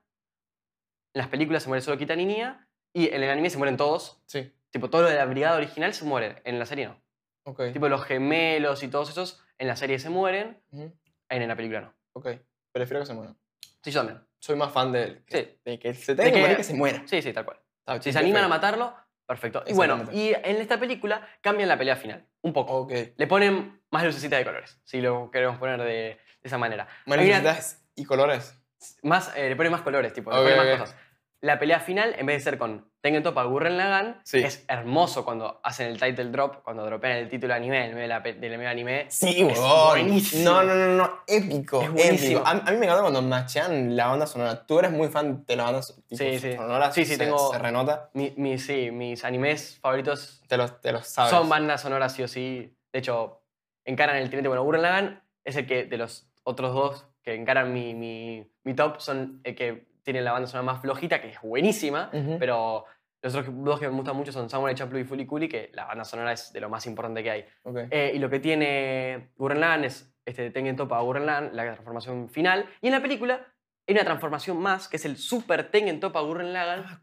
En las películas se muere solo Kitan y Nia. Y en el anime se mueren todos. Sí. Tipo, todo lo de la brigada original se muere. En la serie no. Ok. Tipo, los gemelos y todos esos en la serie se mueren. Ujú. En, en la película no. Ok. Prefiero que se mueran. Sí, yo también. Soy más fan de él. Sí. De que se tenga que- que morir, que se muera. Sí, sí, tal cual. Ah, Si sí, se animan a perfecto. matarlo, perfecto. Y bueno, y en esta película cambian la pelea final. Un poco. Ok. Le ponen más lucecita de colores, si lo queremos poner de, de esa manera. Manifestas y colores. Más, eh, le ponen más colores, tipo, le Ok, ponen más ok. cosas. La pelea final, en vez de ser con Tengen Toppa Gurren Lagann, Sí. es hermoso cuando hacen el title drop, cuando dropean el título de anime en el medio de la pe- del medio de anime. Sí, Es buenísimo. No, no, no, no, épico. Es buenísimo. épico. A, a mí me encanta cuando machean la banda sonora. Tú eres muy fan de la banda so- tipo, Sí, sí. sonora. Sí, sí, se, tengo- Se renota. Mi, mi- sí, mis animes favoritos Te lo, te lo sabes. son bandas sonoras sí o sí. De hecho, encaran el trinete. Bueno, Gurren Lagann es el que de los otros dos que encaran mi, mi, mi top son el que tiene la banda sonora más flojita, que es buenísima, Ujú. pero los otros dos que me gustan mucho son Samurai Champloo y Fuli Kuli, que la banda sonora es de lo más importante que hay. Ok. Eh, y lo que tiene Gurren Lagann es este Tengen Toppa Gurren Lagann, la transformación final. Y en la película hay una transformación más, que es el Super Tengen Topa Gurren Lagann, Ah, que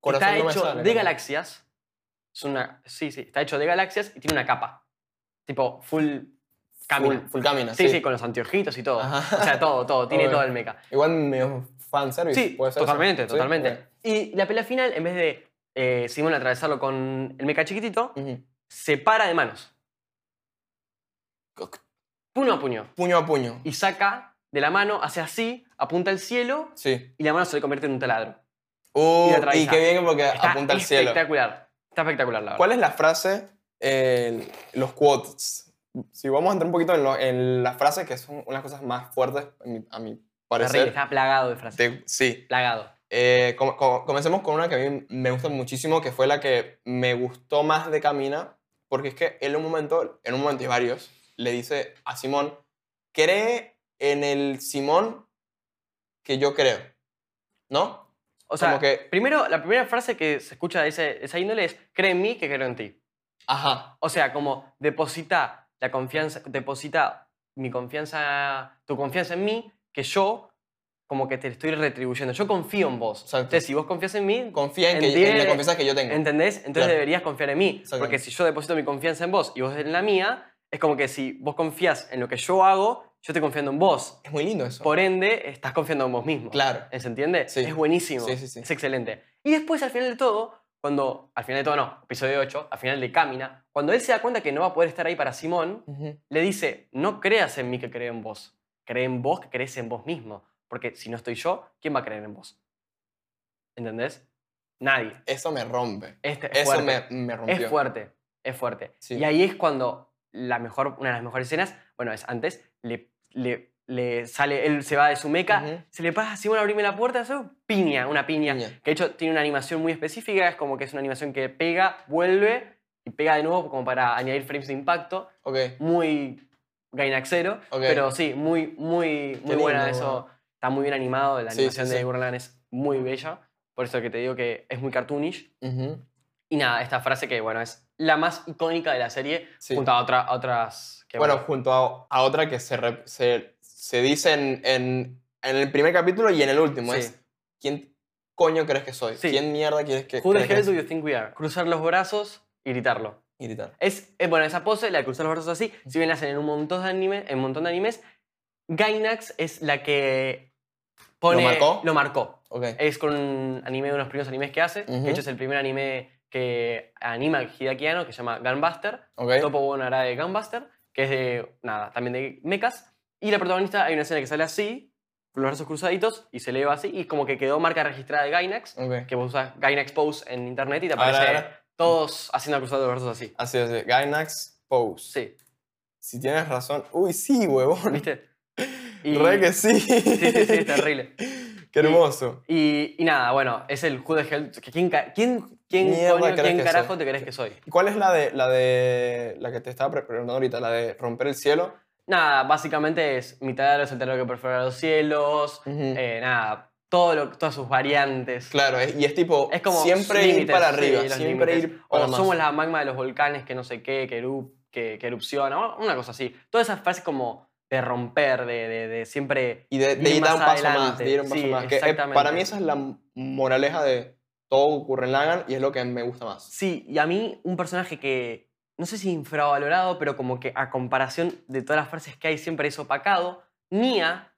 Corazón está no me hecho sale, de ¿no? galaxias. Es una, sí, sí, está hecho de galaxias y tiene una capa. Tipo, full camina. Full, full camina, sí, sí, con los anteojitos y todo. Ah, Ajá. O sea, todo, todo, tiene Obvio. todo el mecha. Igual medio fanservice. Sí, puede ser eso. totalmente, Sí, totalmente. ok. Y la pelea final, en vez de eh, Simón atravesarlo con el mecha chiquitito, Ujú. se para de manos, Coc- puño a puño, Puño a puño. y saca de la mano, hace así, apunta al cielo Sí. y la mano se le convierte en un taladro. Uh, Y y, atraviesa. qué bien porque Está apunta al cielo. Espectacular. Está espectacular, la verdad. ¿Cuál es la frase? eh, los quotes. Si vamos a entrar un poquito en, lo- en las frases, que son unas cosas más fuertes, a mi, a mi Terrible, parecer. está plagado de frases. Te- sí. Plagado. Eh, com- com- comencemos con una que a mí me gusta muchísimo, que fue la que me gustó más de Camina, porque es que en un momento, en un momento y varios, le dice a Simón, cree en el Simón que yo creo, ¿no? O sea, Como que- primero, la primera frase que se escucha de ese- esa índole es, cree en mí que creo en ti. Ajá, O sea, como deposita la confianza, deposita mi confianza, tu confianza en mí, que yo como que te estoy retribuyendo. Yo confío en vos. Exacto. Entonces, si vos confías en mí, confía en, que, Entiende- en la confianza que yo tengo. ¿entendés? Entonces Claro. deberías confiar en mí. Exactamente. Porque si yo deposito mi confianza en vos y vos en la mía, es como que si vos confías en lo que yo hago, yo estoy confiando en vos. Es muy lindo eso. Por ende, estás confiando en vos mismo. Claro. ¿Se entiende? Sí. Es buenísimo. Sí, sí, sí. Es excelente. Y después, al final de todo, cuando. Al final de todo, no, episodio 8, al final de Camina, cuando él se da cuenta que no va a poder estar ahí para Simón, Ujú. le dice: No creas en mí que creo en vos. Cree en vos que crees en vos mismo. Porque si no estoy yo, ¿quién va a creer en vos? ¿Entendés? Nadie. Eso me rompe. Este es Eso fuerte. me, me rompió. Es fuerte, es fuerte. Sí. Y ahí es cuando la mejor, una de las mejores escenas, bueno, es antes, le, le, le sale, él se va de su meca, Ujú. se le pasa así, bueno, abrime la puerta, eso, piña, una piña. Piña. Que de hecho tiene una animación muy específica, es como que es una animación que pega, vuelve y pega de nuevo como para añadir frames de impacto, Ok. muy gainaxero, Ok. pero sí, muy, muy, muy lindo, buena eso. bueno. Está muy bien animado, la Sí, sí, animación de sí. Gurren Lagann es muy bella, por eso que te digo que es muy cartoonish. Ujú. Y nada, esta frase que, bueno, es la más icónica de la serie, Sí. junto a, otra- a otras que, bueno, junto a, a otra que se, rep- se, se dice en, en, en el primer capítulo y en el último. Sí. Es, ¿quién coño crees que soy? Sí. ¿Quién mierda quieres que, Who the crees que hell do you think we are? Cruzar los brazos y gritarlo. Y gritar. Es, eh, bueno, esa pose, la de cruzar los brazos así, si bien la hacen en un montón de, anime, en un montón de animes, Gainax es la que pone... marcó? Lo marcó. Ok. Es con un anime, uno de los primeros animes que hace. Ujú. De hecho, es el primer anime que anima Hideaki Anno, que se llama Gunbuster. ok. Topo Bono hará de Gunbuster, que es de, nada, también de mechas. Y la protagonista, hay una escena que sale así, con los brazos cruzaditos, y se eleva así, y es como que quedó marca registrada de Gainax, Ok. que vos usas Gainax Pose en internet y te Ahora, aparece ahora. todos haciendo cruzado de los brazos así. Así es. eh, Gainax Pose. Sí, Si tienes razón. Uy, sí, huevón. ¿viste? Y- Re que sí. Sí, sí, sí, es terrible. Qué hermoso. Y, y nada, bueno, es el Who the hell- que ¿Quién, ca- quién, quién, Mierda coño, crees quién que carajo soy. te crees que soy? ¿Y ¿Cuál es la de la de la que te estaba pre- preguntando ahorita, la de romper el cielo? Nada, básicamente es mitad de los alternos que perfora los cielos, Ujú. eh, nada, todo lo- todas sus variantes. Claro, es- y es tipo Es como siempre ir límites, para sí, arriba, los siempre límites. ir para o más. somos la magma de los volcanes que no sé qué, que, eru- que, que erupciona, o una cosa así. Todas esas frases como de romper, de, de, de siempre... y de, de ir ir a un más paso más, adelante. de ir a un paso Sí, más. Que, eh, para exactamente. mí esa es la m- moraleja de todo Gurren Lagann y es lo que me gusta más. Sí, y a mí un personaje que, no sé si infravalorado, pero como que a comparación de todas las frases que hay siempre es opacado, Nia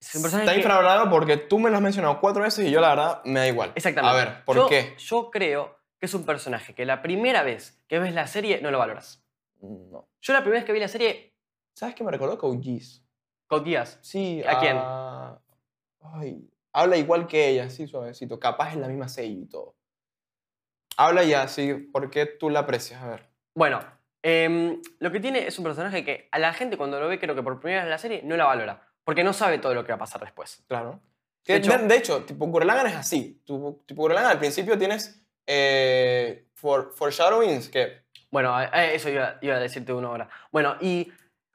es un personaje Está que- infravalorado porque tú me lo has mencionado cuatro veces y yo la verdad me da igual. Exactamente. A ver, ¿por Yo- qué? Yo creo que es un personaje que la primera vez que ves la serie no lo valoras. No. Yo la primera vez que vi la serie, ¿Sabes qué me recordó Kojis? Code Geass. Sí. ¿A quién? Ay, habla igual que ella, sí, suavecito. Capaz es la misma serie y todo. Habla ya, sí. ¿Por qué tú la aprecias? A ver. Bueno, em, lo que tiene es un personaje que a la gente cuando lo ve, creo que por primera vez en la serie, no la valora. Porque no sabe todo lo que va a pasar después. Claro. De De, hecho- de hecho, tipo, Gurren Lagann es así. Tu, tipo, Gurren Lagann al principio tienes eh, for, foreshadowings que... Bueno, a- a eso iba, iba a decirte uno ahora. Bueno, y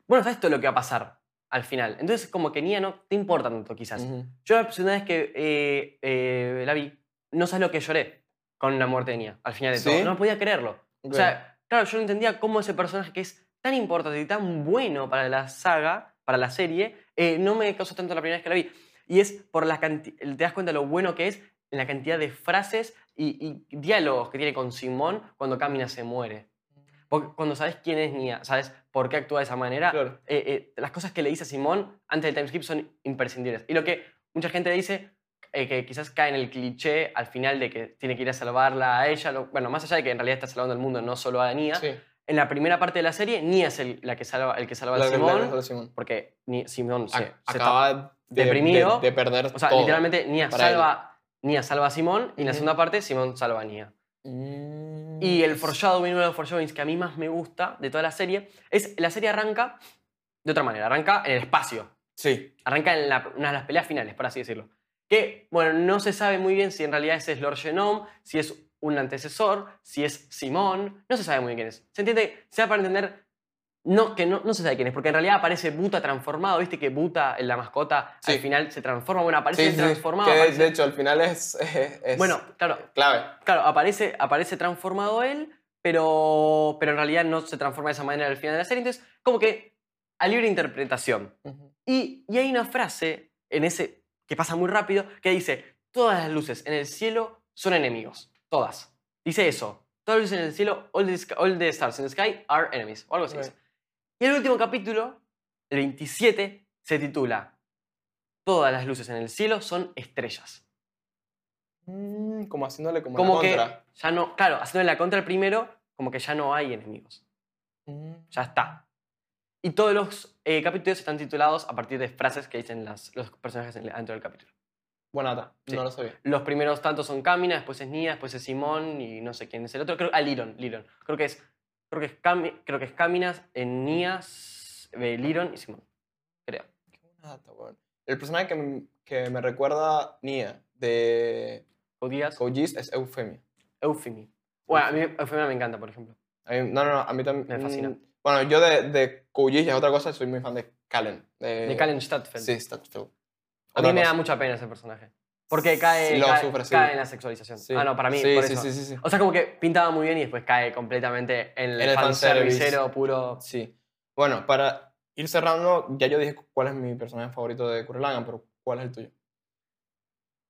bueno, sabes todo lo que va a pasar al final. Entonces, como que Nia no te importa tanto, quizás. Yo la primera vez que eh, eh, la vi, no sabes lo que lloré con la muerte de Nia al final de ¿Sí? todo. No podía creerlo. O Ok. sea, claro, yo no entendía cómo ese personaje que es tan importante y tan bueno para la saga, para la serie, eh, no me causó tanto la primera vez que la vi. Y es por la cantidad, te das cuenta lo bueno que es en la cantidad de frases y, y diálogos que tiene con Simón cuando Camina se muere. Porque cuando sabes quién es Nia, sabes por qué actúa de esa manera, Claro. eh, eh, las cosas que le dice a Simón antes del timeskip son imprescindibles. Y lo que mucha gente dice, eh, que quizás cae en el cliché al final de que tiene que ir a salvarla a ella, lo- bueno, más allá de que en realidad está salvando al mundo, no solo a Nia, Sí. en la primera parte de la serie, Nia es el, la que salva, el que salva La- a la- Simón, la- la- Simón. porque Nia- Simón se, A- se está- acaba de, deprimido. de- de perder O sea, todo. literalmente Nia para él. salva, Nia salva a Simón y en la Ujú. segunda parte Simón salva a Nia. Mm. Y el foreshadowing, uno de los foreshadowings que a mí más me gusta de toda la serie, es la serie arranca de otra manera, arranca en el espacio, Sí. arranca en la- una de las peleas finales, por así decirlo. Que, bueno, no se sabe muy bien si en realidad ese es Lord Genome, si es un antecesor, si es Simón, no se sabe muy bien quién es. ¿Se entiende? Sea para entender no, que no, no se sabe quién es, porque en realidad aparece Buta transformado, viste que Buta, la mascota, Sí. al final se transforma, bueno, Sí, aparece sí, sí. transformado. Que de- aparece- de hecho, al final es, es- es Bueno, claro, clave. Claro, aparece, aparece transformado él, pero, pero en realidad no se transforma de esa manera al final de la serie. Entonces, como que a libre interpretación. Y, y hay una frase en ese que pasa muy rápido que dice, todas las luces en el cielo son enemigos. Todas. Dice eso. Todas las luces en el cielo, all the, sc- all the stars in the sky are enemies. O algo así. Right. dice. Y el último capítulo, el 27, se titula, todas las luces en el cielo son estrellas. Mm, Como haciéndole como, Como una que contra. ya no, claro, haciendo la contra el primero, como que ya no hay enemigos. Mm. Ya está. Y todos los eh, capítulos están titulados a partir de frases que dicen las, los personajes en- dentro del capítulo. Buenata, Sí. no lo sabía. Los primeros tantos son Camina, después es Nia, después es Simón y no sé quién es el otro. Creo, ah, Liron, Liron. Creo que es, creo que es, Cami- creo que es Caminas, en Nia, S- eh, Liron y Simón. Creo. Qué buenata, weón. El personaje que, m- que me recuerda Nia de Codías, Kojis es Eufemia. Eufemi. Bueno, a mí Eufemia me encanta, por ejemplo. A mí- no, no, no, a mí también. Me fascina. mm, Bueno, yo de, de Kojis es otra cosa, soy muy fan de Kallen. De, De Kallen Stadtfeld. Eh, Sí, Statfield. A mí me da mucha pena ese personaje. Porque cae, Sí, lo cae, sufre, sí. cae en la sexualización. Ah, no, para mí. Sí, por sí, eso. sí, sí, sí. O sea, como que pintaba muy bien y después cae completamente en el, En el fanservice. fanservicero puro. Sí. Bueno, para ir cerrando, ya yo dije cuál es mi personaje favorito de Kurelagan, pero ¿cuál es el tuyo?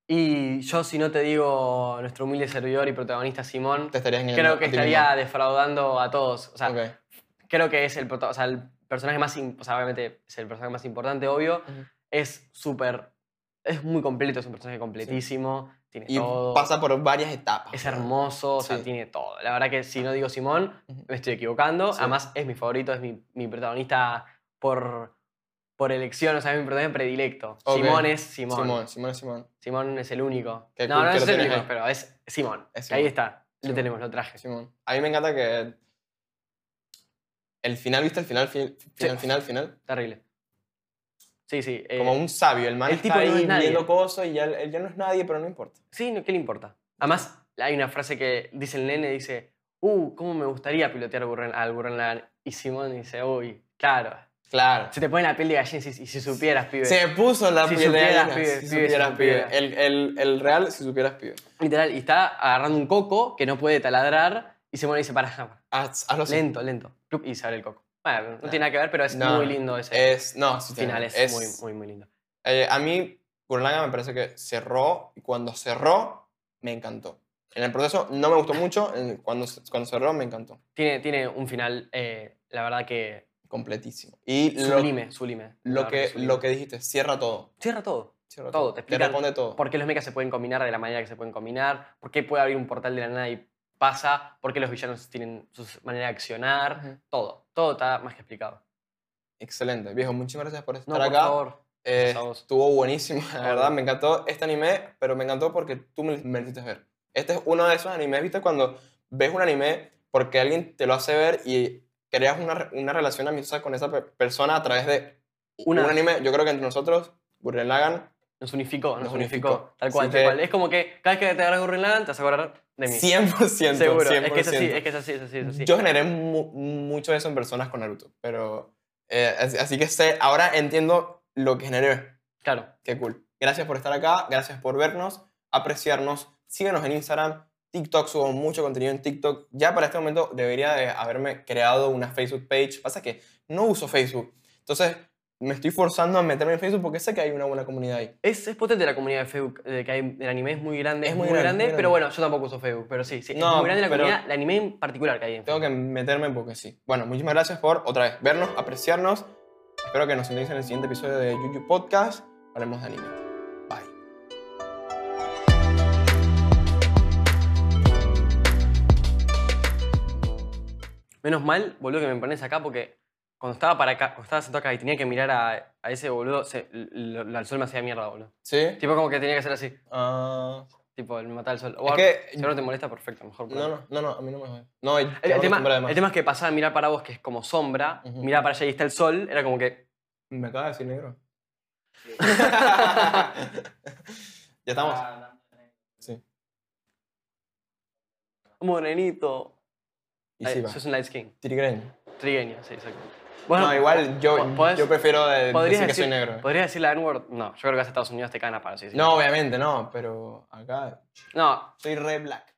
Y yo, si no te digo nuestro humilde servidor y protagonista Simón, Te estarías engañando. creo que a ti mismo. estaría defraudando a todos. O sea, Ok. creo que es el, prota- o sea, el personaje más. im- O sea, obviamente es el personaje más importante, obvio. Ujú. Es súper. Es muy completo, es un personaje completísimo. Tiene Y todo. pasa por varias etapas. Es weón. hermoso, o sea, Sí. tiene todo. La verdad que si no digo Simón, Ujú. me estoy equivocando. Sí. Además, es mi favorito, es mi, mi protagonista por, por elección, o sea, es mi protagonista predilecto. Ok. Simón es Simón. Simón, Simón. Simón, Simón. es el único. Qué no, cool no que es lo el tenés único, ahí. pero es Simón. Es que Ahí Simón. está, lo Simón. tenemos, lo traje. Simón. A mí me encanta que el final, ¿viste? El final, fi- final, final, final. Terrible. Sí, sí. eh, Como un sabio, el man el está tipo no ahí es nadie. viendo cosas y ya, él él ya no es nadie, pero no importa. Sí, no, ¿qué le importa? Además, hay una frase que dice el nene, dice, uh, ¿cómo me gustaría pilotear Burren- al Burren Lagann?" Y Simón dice, uy, claro. Claro. Se te pone la piel de gallina y si, y si supieras, pibe. Se puso la Si piel de supieras, gallina, pibe, Si pibe, si supieras, pibe. supieras. El, el, el real, si supieras, pibe. Literal, y está agarrando un coco que no puede taladrar y se muere y dice, para, para, Haz- hazlo así. lento, lento. Plup, Y se abre el coco. Bueno, no Nah. tiene nada que ver, pero es Ah. No, muy lindo ese Es, no, sí, final, tiene- es, muy, muy, muy lindo. eh, a mí, Burlanga me parece que cerró y cuando cerró, me encantó. En el proceso no me gustó mucho, en- cuando, cuando cerró, me encantó. Tiene, tiene un final, eh, la verdad que Completísimo. Y lo, sublime, sublime. la lo, verdad que, sublime. lo que dijiste, cierra todo. Cierra todo. Cierra Todo, todo, te te explican responde todo. ¿Por qué los mechas se pueden combinar de la manera que se pueden combinar? ¿Por qué puede abrir un portal de la nada y pasa? ¿Por qué los villanos tienen su manera de accionar? Ujú. Todo, todo está más que explicado. Excelente, viejo. Muchas gracias por estar No, por acá. favor. Eh, gracias a vos. estuvo buenísimo, la Obvio. verdad. Me encantó este anime, pero me encantó porque tú me, me lo hiciste ver. Este es uno de esos animes, ¿viste? Cuando ves un anime porque alguien te lo hace ver y creas una, re- una relación amistosa con esa pe- persona a través de Una- un anime. Yo creo que entre nosotros, Gurren Lagann, Nos unificó, nos, Nos unificó. unificó. Tal cual, Así tal que- cual. Es como que cada vez que te agarras Gurren Lagann te vas a acordar de mí. 100%. Seguro, 100%. es que es así, es que es así, es así, es así. Yo generé mu- mucho de eso en personas con Naruto, pero... eh, así, así que sé, ahora entiendo lo que generé. Claro. Qué cool. Gracias por estar acá, gracias por vernos, apreciarnos. Síguenos en Instagram, TikTok, subo mucho contenido en TikTok. Ya para este momento debería de haberme creado una Facebook page. Pasa que no uso Facebook. Entonces, me estoy forzando a meterme en Facebook porque sé que hay una buena comunidad ahí. Es, es potente la comunidad de Facebook, eh, que hay del anime es muy grande, Es es muy muy, grande, grande, muy grande. pero bueno, yo tampoco uso Facebook, pero sí, sí No, es muy grande la pero- comunidad, el anime en particular que hay en Tengo que meterme porque sí. Bueno, muchísimas gracias por otra vez vernos, apreciarnos. Espero que nos sintonicen en el siguiente episodio de Yuyu Podcast. Hablemos de anime. Bye. Menos mal, boludo, que me pones acá porque cuando estaba para acá, cuando estaba sentado acá y tenía que mirar a, a ese boludo, se, l- l- el sol me hacía mierda, boludo. ¿Sí? Tipo como que tenía que ser así, Ah, tipo, me mataba el sol. O es ahora- que... si ahora no te molesta, perfecto, mejor. para- No, no, no, no, a mí no me jode. No, el, El, el tema, el tema es que pasaba a mirar para vos, que es como sombra, Ujú. mirar para allá y está el sol, era como que. Me acaba de decir negro. ya estamos. Ah, Morenito. Y Ay, sí, va. eh, sos un light skin. Tirigreño. Trigueño, sí, exacto. no, igual yo, po- podés- yo prefiero de- decir podrías que decir- soy negro. ¿Podrías decir la N-word? No, yo creo que hace Estados Unidos te cana para así decirlo. No, obviamente no, pero acá No, soy re black.